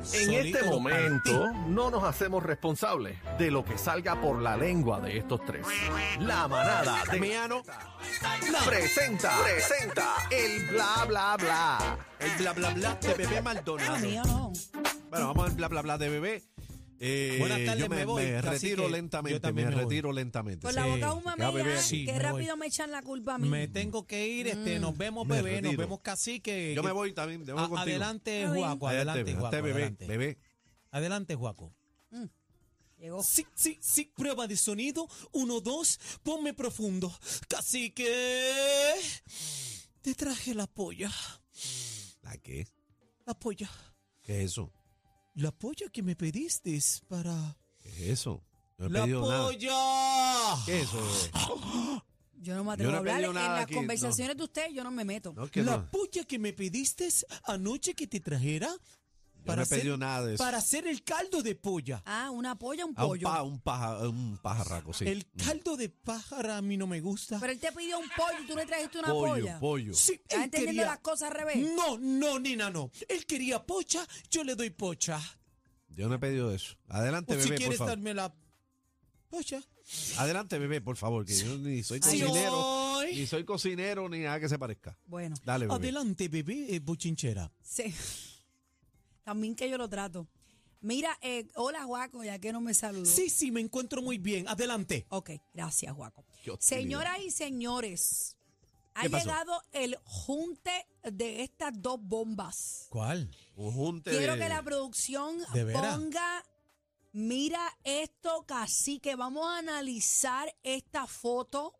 está en este momento no nos hacemos responsables de lo que salga por la lengua de estos tres. La manada de Miano, presenta, presenta el bla bla bla. el bla bla bla de bebé Maldonado. Ah, mío no. Bueno, vamos al bla bla bla de bebé. Eh, Buenas tardes, yo me, me voy, me así retiro que lentamente, yo también me, me voy. retiro lentamente. Con la Sí. boca húmeda Ya, me bebé, irán, sí, que me rápido voy. me echan la culpa a mí. Me tengo que ir, Mm. este, nos vemos, Me bebé, nos retiro. vemos, cacique. Yo me voy también, yo me voy A- contigo. adelante, Está bien. Juaco, adelante, Juaco. adelante, este bebé, adelante. bebé. Adelante, Juaco. Llegó. Sí, sí, sí, prueba de sonido. Uno, dos, ponme profundo. Cacique, te traje la polla, ¿La qué? la polla. ¿Qué es eso? La polla que me pediste para... ¿Qué es eso? No he ¡La pedido nada. polla! ¿Qué es eso? bebé? Yo no me Yo atrevo no a he hablar. pedido En nada las aquí, conversaciones de ustedes yo no me meto. No, que La no. polla que me pediste anoche que te trajera Yo no he hacer- pedido nada de eso. para hacer el caldo de polla. Ah, una polla, un Ah, un, pollo. pa- un paja- un pajarraco, sí. El caldo de pájaro a mí no me gusta. Pero él te pidió un pollo y tú le trajiste una pollo, polla. pollo. Mm. Sí, ¿Estás él entendiendo pues? quería- las cosas al revés? No, no, nena, no. Él quería pocha, yo le doy pocha. Yo no he pedido eso. Adelante, O si bebé, por quieres favor. darme la pocha. Adelante, bebé, por favor, que yo ni soy Sí, cocinero, hoy. ni soy cocinero, ni nada que se parezca. Bueno, Dale, bebé. Adelante, bebé eh, bochinchera. sí. También que yo lo trato. Mira, eh, hola, Juaco, ya que no me saludó. Sí, sí, me encuentro muy bien. Adelante. Ok, gracias, Juaco. Qué hostilidad. Señoras y señores, ha ¿Qué pasó? llegado el junte de estas dos bombas. ¿Cuál? Un junte Quiero Este de- que la producción ¿De veras? ponga, mira esto, cacique, vamos a analizar esta foto.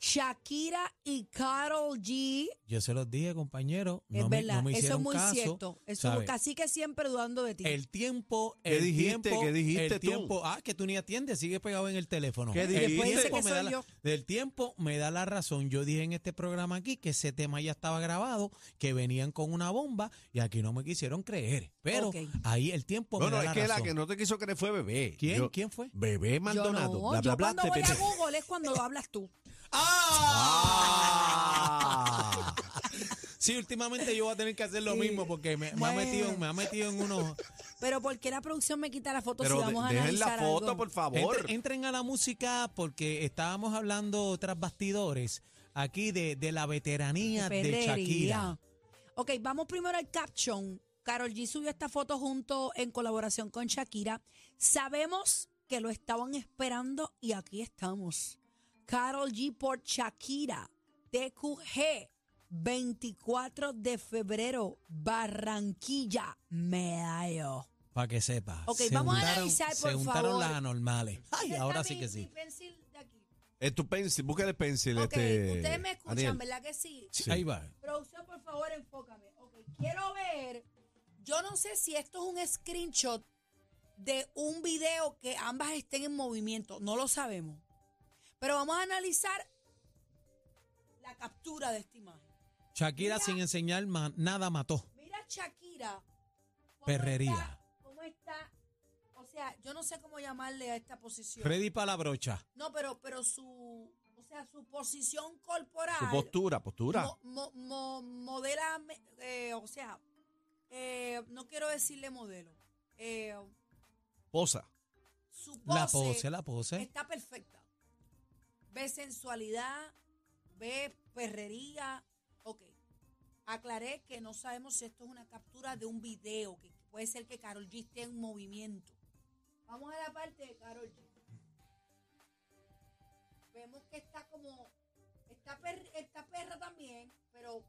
Shakira y Carol G. Yo se los dije, compañero. Es verdad, eso es muy cierto. Eso es cacique siempre dudando de ti. El tiempo, ¿Qué el dijiste? tiempo, ¿Qué dijiste el tú? tiempo. Ah, que tú ni atiendes, sigue pegado en el teléfono. ¿Qué El dijiste? Después dice tiempo que me soy da la- yo. Del tiempo me da la razón. Yo dije en este programa aquí que ese tema ya estaba grabado, que venían con una bomba y aquí no me quisieron creer. Pero Ok. ahí el tiempo No, me no, da es la que razón. la que no te quiso creer fue bebé. ¿Quién? Yo- ¿Quién fue? Bebé Maldonado. yo no, Bla, bla, yo bla, cuando te voy a pete- Google es cuando lo hablas tú. ¡Ah! Sí, últimamente yo voy a tener que hacer lo Sí. mismo porque me, me ha Bueno. metido, me ha metido en unos... Pero ¿por qué la producción me quita la foto Pero si de- vamos a dejen la analizar foto, algo? por favor. Entren, entren a la música porque estábamos hablando tras bastidores aquí de, de la veteranía de Perrería. Shakira. Ok, vamos primero al caption. Carol G subió esta foto junto en colaboración con Shakira. Sabemos que lo estaban esperando y aquí estamos. Carol G por Shakira, TQG, 24 de febrero, Barranquilla, Medallo. Para que sepa. Ok, se vamos a juntaron- analizar, Se por juntaron favor. las anormales. Ay, ahora sí que sí. Es Eh, tu pencil, búscale pencil. Ok, este, ustedes me escuchan, Daniel. ¿verdad que sí? Sí, Sí. Ahí va. Producción, por favor, enfócame. Ok, quiero ver. Yo no sé si esto es un screenshot de un video que ambas estén en movimiento. No lo sabemos. Pero vamos a analizar la captura de esta imagen. Shakira Mira. sin enseñar ma- nada mató. Mira a Shakira. ¿cómo Perrería. está- ¿Cómo está? O sea, yo no sé cómo llamarle a esta posición. Freddy para la brocha. No, pero, pero su. O sea, su posición corporal. Tu postura, postura. Mo- mo- mo- modela, me- eh, o sea, eh, no quiero decirle modelo. Eh, Posa. su pose, La pose, la pose. está perfecta. Ve sensualidad, ve perrería. Ok. Aclaré que no sabemos si esto es una captura de un video, que puede ser que Carol G esté en movimiento. Vamos a la parte de Carol G. Vemos que está como. Está, per- está perra también, pero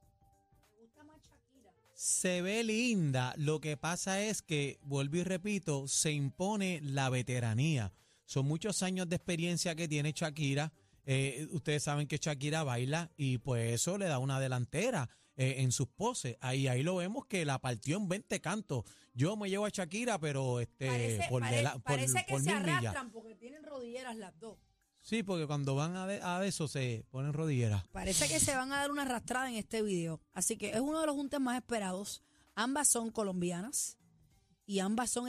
me gusta más Shakira. Se ve linda. Lo que pasa es que, vuelvo y repito, se impone la veteranía. Son muchos años de experiencia que tiene Shakira. Eh, ustedes saben que Shakira baila y pues eso le da una delantera eh, en sus poses. Ahí, ahí lo vemos que la partió en 20 cantos. Yo me llevo a Shakira, pero este parece, por, pare- dela- por- parece que por se mil millas. arrastran porque tienen rodilleras las dos. Sí, porque cuando van a, de- a eso se ponen rodilleras. Parece que se van a dar una arrastrada en este video. Así que es uno de los juntes más esperados. Ambas son colombianas. y ambas son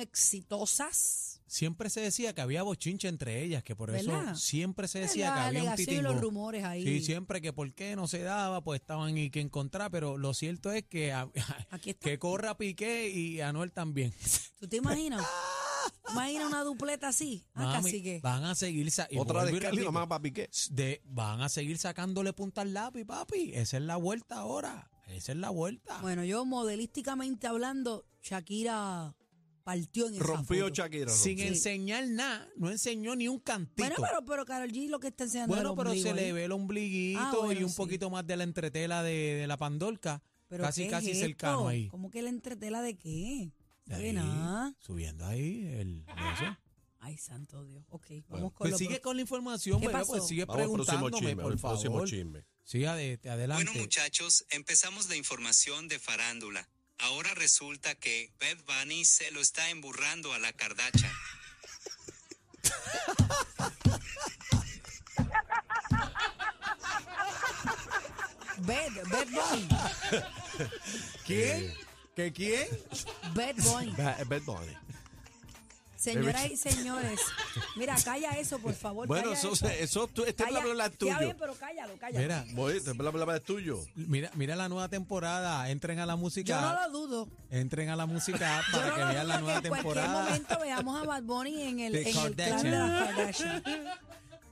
exitosas. Siempre se decía que había bochinche entre ellas, que por ¿Verdad? eso siempre se decía que La había un alegación y titingo. los rumores ahí. Sí, siempre que por qué no se daba, pues estaban y que encontrar, pero lo cierto es que, a- Aquí está. que corra Piqué y Anuel también. ¿Tú te imaginas? Imagina una dupleta así. Ah, Mami, casi que. van a seguir sa- y Otra vuelvo y descarga y repito, nomás para Piqué. de- van a seguir sacándole punta al lápiz, papi. Esa es la vuelta ahora. Esa es la vuelta. Bueno, yo modelísticamente hablando, Shakira partió en esa Rompió foto. Shakira. Sin rompió. Sí. enseñar nada, no enseñó ni un cantito. Bueno, pero, pero Carol G lo que está enseñando Bueno, es pero se el ombligo le ahí. ve el ombliguito Ah, bueno, y un sí. poquito más de la entretela de, de la pandorca. ¿Pero casi, qué es casi esto? cercano ahí. ¿Cómo que la entretela de qué? No se ve Ahí, nada. Subiendo ahí el. eso. Ay, santo Dios. Ok, vamos Bueno, con Pues lo sigue pro- con la información, ¿Qué ¿verdad? pasó? Pues sigue Vamos al próximo preguntándome, chisme. por al próximo favor. chisme. Sí, ade- adelante. Bueno, muchachos, empezamos la información de farándula. Ahora resulta que Bad Bunny se lo está emburrando a la Kardashian. Bad, bad boy. ¿Quién? ¿Qué quién? Bad boy. Bad Bad Bunny. Señoras y señores, mira, calla eso, por favor. Bueno, calla eso, eso. eso tu- este bla Calla- bla bla es tuyo. Ya bien, pero cállalo, cállalo. Mira, Voy, este bla bla bla es tuyo. mira, mira la nueva temporada. Entren a la yo no música. lo dudo. Entren a la música Yo para no que lo vean la dudo nueva que en cualquier temporada. momento veamos a Bad Bunny en el, The en el clan de Kardashian. las Kardashian.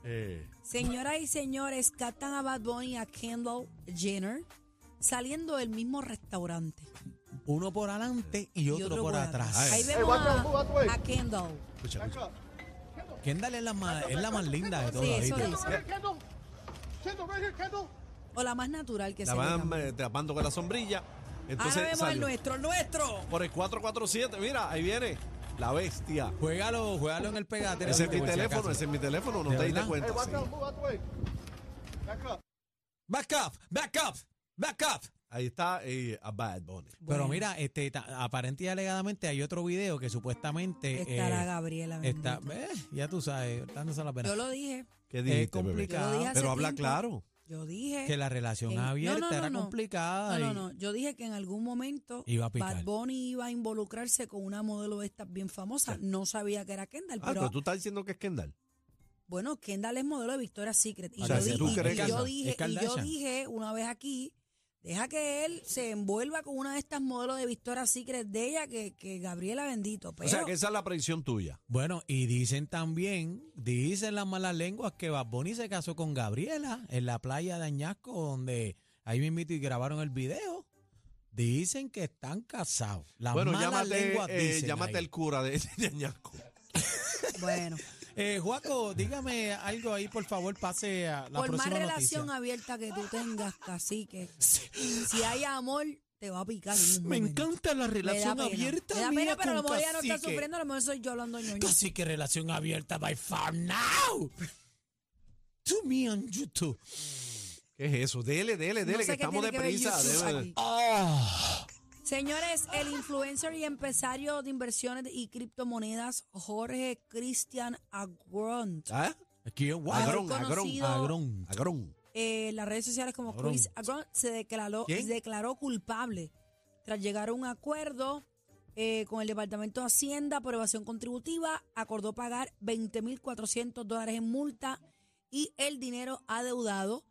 Eh, Señoras y señores, captan a Bad Bunny y a Kendall Jenner saliendo del mismo restaurante. Uno por adelante y otro, por atrás. Ahí vemos a, a Kendall. escucha, escucha. Kendall es la más, es la más linda de Sí, todas. eso ¿viste? dice. O la más natural que La se ve van también. eh, tapando con la sombrilla. Ahora Entonces vemos el salió. nuestro, el nuestro. Eh, Por el 447, mira, ahí viene. La bestia. Juégalo, juégalo en el pegatero. Ese es ¿viste? mi Por si teléfono, acaso. ese es mi teléfono, no ¿De te diste verdad? cuenta. sí. Back up, back up, back up. Ahí está eh, a Bad Bunny. Pero Bueno, mira, este, ta- aparente y alegadamente hay otro video que supuestamente estará eh, Gabriela. está, bendito. eh, ya tú sabes, dándose la pena. Yo lo dije, ¿Qué es dijiste, bebé? Yo lo dije complicado. hace Pero habla tiempo. claro. yo dije. Que la relación que- Eh, no, abierta no, no, era no. complicada. No, no, y- no. Yo dije que en algún momento Iba a picar. Bad Bunny iba a involucrarse con una modelo de estas bien famosa. No sabía que era Kendall, Ah, pero, pero, tú estás diciendo que es Kendall. bueno, Kendall es modelo de Victoria's Secret. Y, O sea, yo, si di- tú y crees yo que no, dije, es y yo Kardashian. dije una vez aquí, deja que él se envuelva con una de estas modelos de Victoria's Secret de ella, que, que Gabriela bendito. Pero o sea, que esa es la predicción tuya. Bueno, y dicen también, dicen las malas lenguas que Bad Bunny se casó con Gabriela en la playa de Añasco, donde ahí mismito y grabaron el video. Dicen que están casados. Las bueno, malas llámate, lenguas eh, dicen llámate ahí. el cura de, de Añasco. bueno, Eh, Juaco, dígame algo ahí, por favor, pase a la por más próxima relación noticia. abierta que tú tengas, cacique, si hay amor, te va a picar. en un Me momento. encanta la Me da relación pena. abierta. Me da pena, mía pero a lo con mejor ella no está cacique. sufriendo, a lo mejor soy yo hablando ñoño. Casi que relación abierta by far now. To me on YouTube. ¿Qué es eso? Dele, dele, dele, No sé que qué estamos tiene que ver deprisa. YouTube dele. aquí. Señores, el influencer y empresario de inversiones y criptomonedas Jorge Cristian Agront, ¿Ah? Aquí en Agrón, Mejor agrón, conocido- Agrón. agrón. eh, en las redes sociales como Cabrón. Chris Agront, se declaró, ¿Quién? se declaró culpable tras llegar a un acuerdo eh, con el Departamento de Hacienda por evasión contributiva. Acordó pagar 20.400 dólares en multa y el dinero adeudado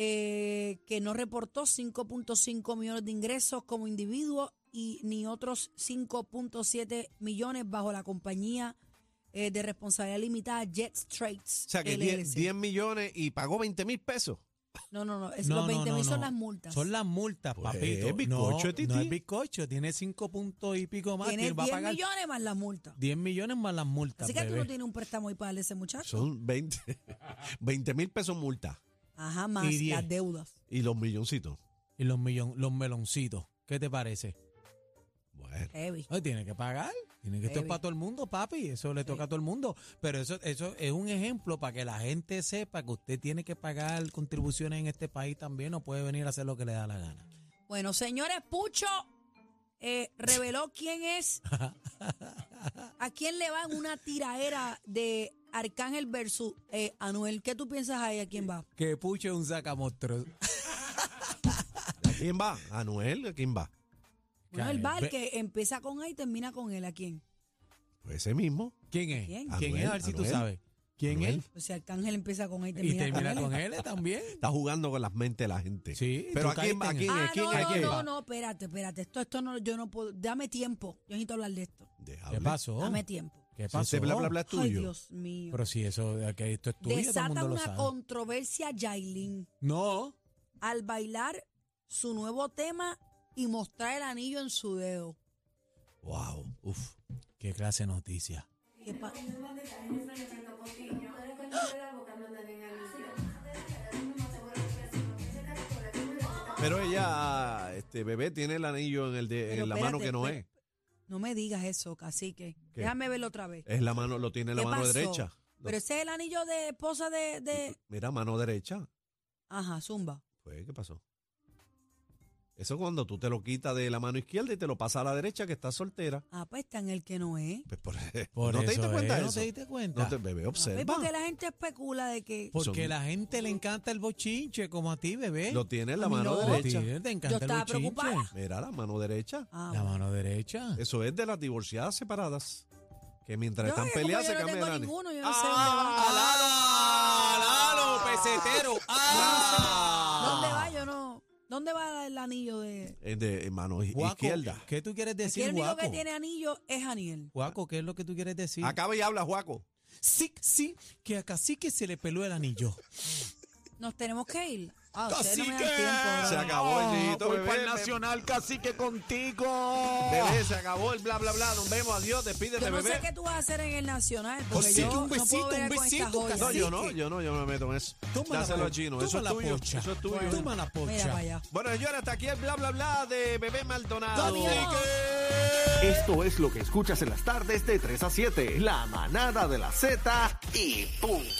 eh, que no reportó 5.5 millones de ingresos como individuo y ni otros 5.7 millones bajo la compañía eh, de responsabilidad limitada Jet Straits. O sea, que 10, LLC. millones y pagó 20 mil pesos. No, no, no. es- No, los no, 20 mil no, son no. las multas. Son las multas, Pues, papito. es bizcocho, no, Titi. no es bizcocho. Tiene cinco puntos y pico más. Tienes Tiene, va a 10 pagar millones más las multas. 10 millones más las multas. Así que tú bebé. no tienes un préstamo y pagarle a ese muchacho. Son 20 mil pesos multa. Ajá, más Y 10. las deudas. Y los milloncitos. Y los, millon, los meloncitos. ¿Qué te parece? Bueno. Heavy. Ay, tiene que pagar. Tiene que esto es Heavy. para todo el mundo, papi. Eso le toca a todo el mundo. Pero eso, eso es un ejemplo para que la gente sepa que usted tiene que pagar contribuciones en este país también. No puede venir a hacer lo que le da la gana. Bueno, señores, Pucho eh, reveló quién es, a quién le va en una tiraera de Arcángel versus eh, Anuel. ¿Qué tú piensas ahí? ¿A quién va? Que puche un sacamostro. ¿Quién va? Anuel, ¿quién va? Bueno, el Cae. bar Ve- que empieza con A y termina con él. ¿A quién? Pues ese mismo. ¿Quién es? ¿Quién, ¿Quién? es? A ver Anuel, si tú Anuel. sabes. ¿Quién es? Anuel. O sea, Pues Arcángel empieza con A y termina, Y termina con con él. él también. Está jugando con las mentes de la gente. Sí, Pero tú ¿a quién, caíste a en quién, eso. es? Ah, ¿Quién no, es? no, ¿Quién es? no, no, espérate, espérate. Esto, esto no, yo no puedo. Dame tiempo. Yo necesito hablar de esto. Deja ¿Qué hablar. pasó? Dame tiempo. ¿Qué Si pasó? ese bla bla bla es Ay, tuyo. Dios mío. Oh. Pero si eso, de que esto es tuyo, todo el Desata mundo lo una sabe. controversia Yailin No, al bailar su nuevo tema y mostrar el anillo en su dedo. Wow. Uf. qué clase de noticia. ¿Qué pa- Pero ella, este bebé, tiene el anillo en, el de, Pero en la espérate, mano que no pe- es. No me digas eso, cacique. ¿Qué? Déjame verlo otra Eh, vez. Es la mano, lo tiene en la ¿Qué mano pasó? derecha. Lo- Pero ese es el anillo de esposa de. de- Mira, mano derecha. Ajá, Zumba. Pues, ¿qué pasó? Eso cuando tú te lo quitas de la mano izquierda y te lo pasas a la derecha, que estás soltera. Ah, pues está en el que no es. Ah, pues, Pues por- Por ¿No te eso diste es, cuenta de ¿No eso? te diste cuenta? No te, bebé, Porque observa. la gente especula de que. Porque Son- la gente le encanta el bochinche, como a ti, bebé. Lo tiene en la ¿Eh? A mí mano no. A ti derecha. te encanta el estaba bochinche. preocupada. Mira, la mano derecha. Ah, La mano derecha. Eso es de las divorciadas separadas. Que mientras Yo, están como peleadas yo se no cambian tengo el anillo. ninguno, yo no sé dónde va. pesetero! ¿Dónde va? Yo no. ¿Dónde va el anillo de.? Es de en mano i- Guaco, izquierda. ¿qué tú quieres Aquí decir, el único Guaco? que tiene anillo es Aniel. Guaco, ¿qué es lo que tú quieres decir? Acaba y habla, Juaco. Sí, sí, que a Cacique se le peló el anillo. Nos tenemos que ir. Ah, ustedes no me dan Cacique. tiempo, Se bro. acabó el Oh, niñito, Voy Ah, bebé. para el Be- Nacional, cacique contigo. Bebé, se acabó el bla, bla, bla. Nos vemos, adiós, despídete, Oh. Yo no sé bebé. qué tú vas a hacer en el Nacional. Porque Cacique, yo un besito, no puedo ver un con esta besito, joya. No, cacique. yo no, yo no, yo no me meto en eso. Toma Dáselo la, a Chino, toma eso es la tuyo. pocha. Eso es tuyo. Bueno. Toma la pocha. Mira para allá. Bueno, señores, hasta aquí el bla, bla, bla de bebé Maldonado. Adiós. Esto es lo que escuchas en las tardes de 3 a 7. La manada de la Z y punto.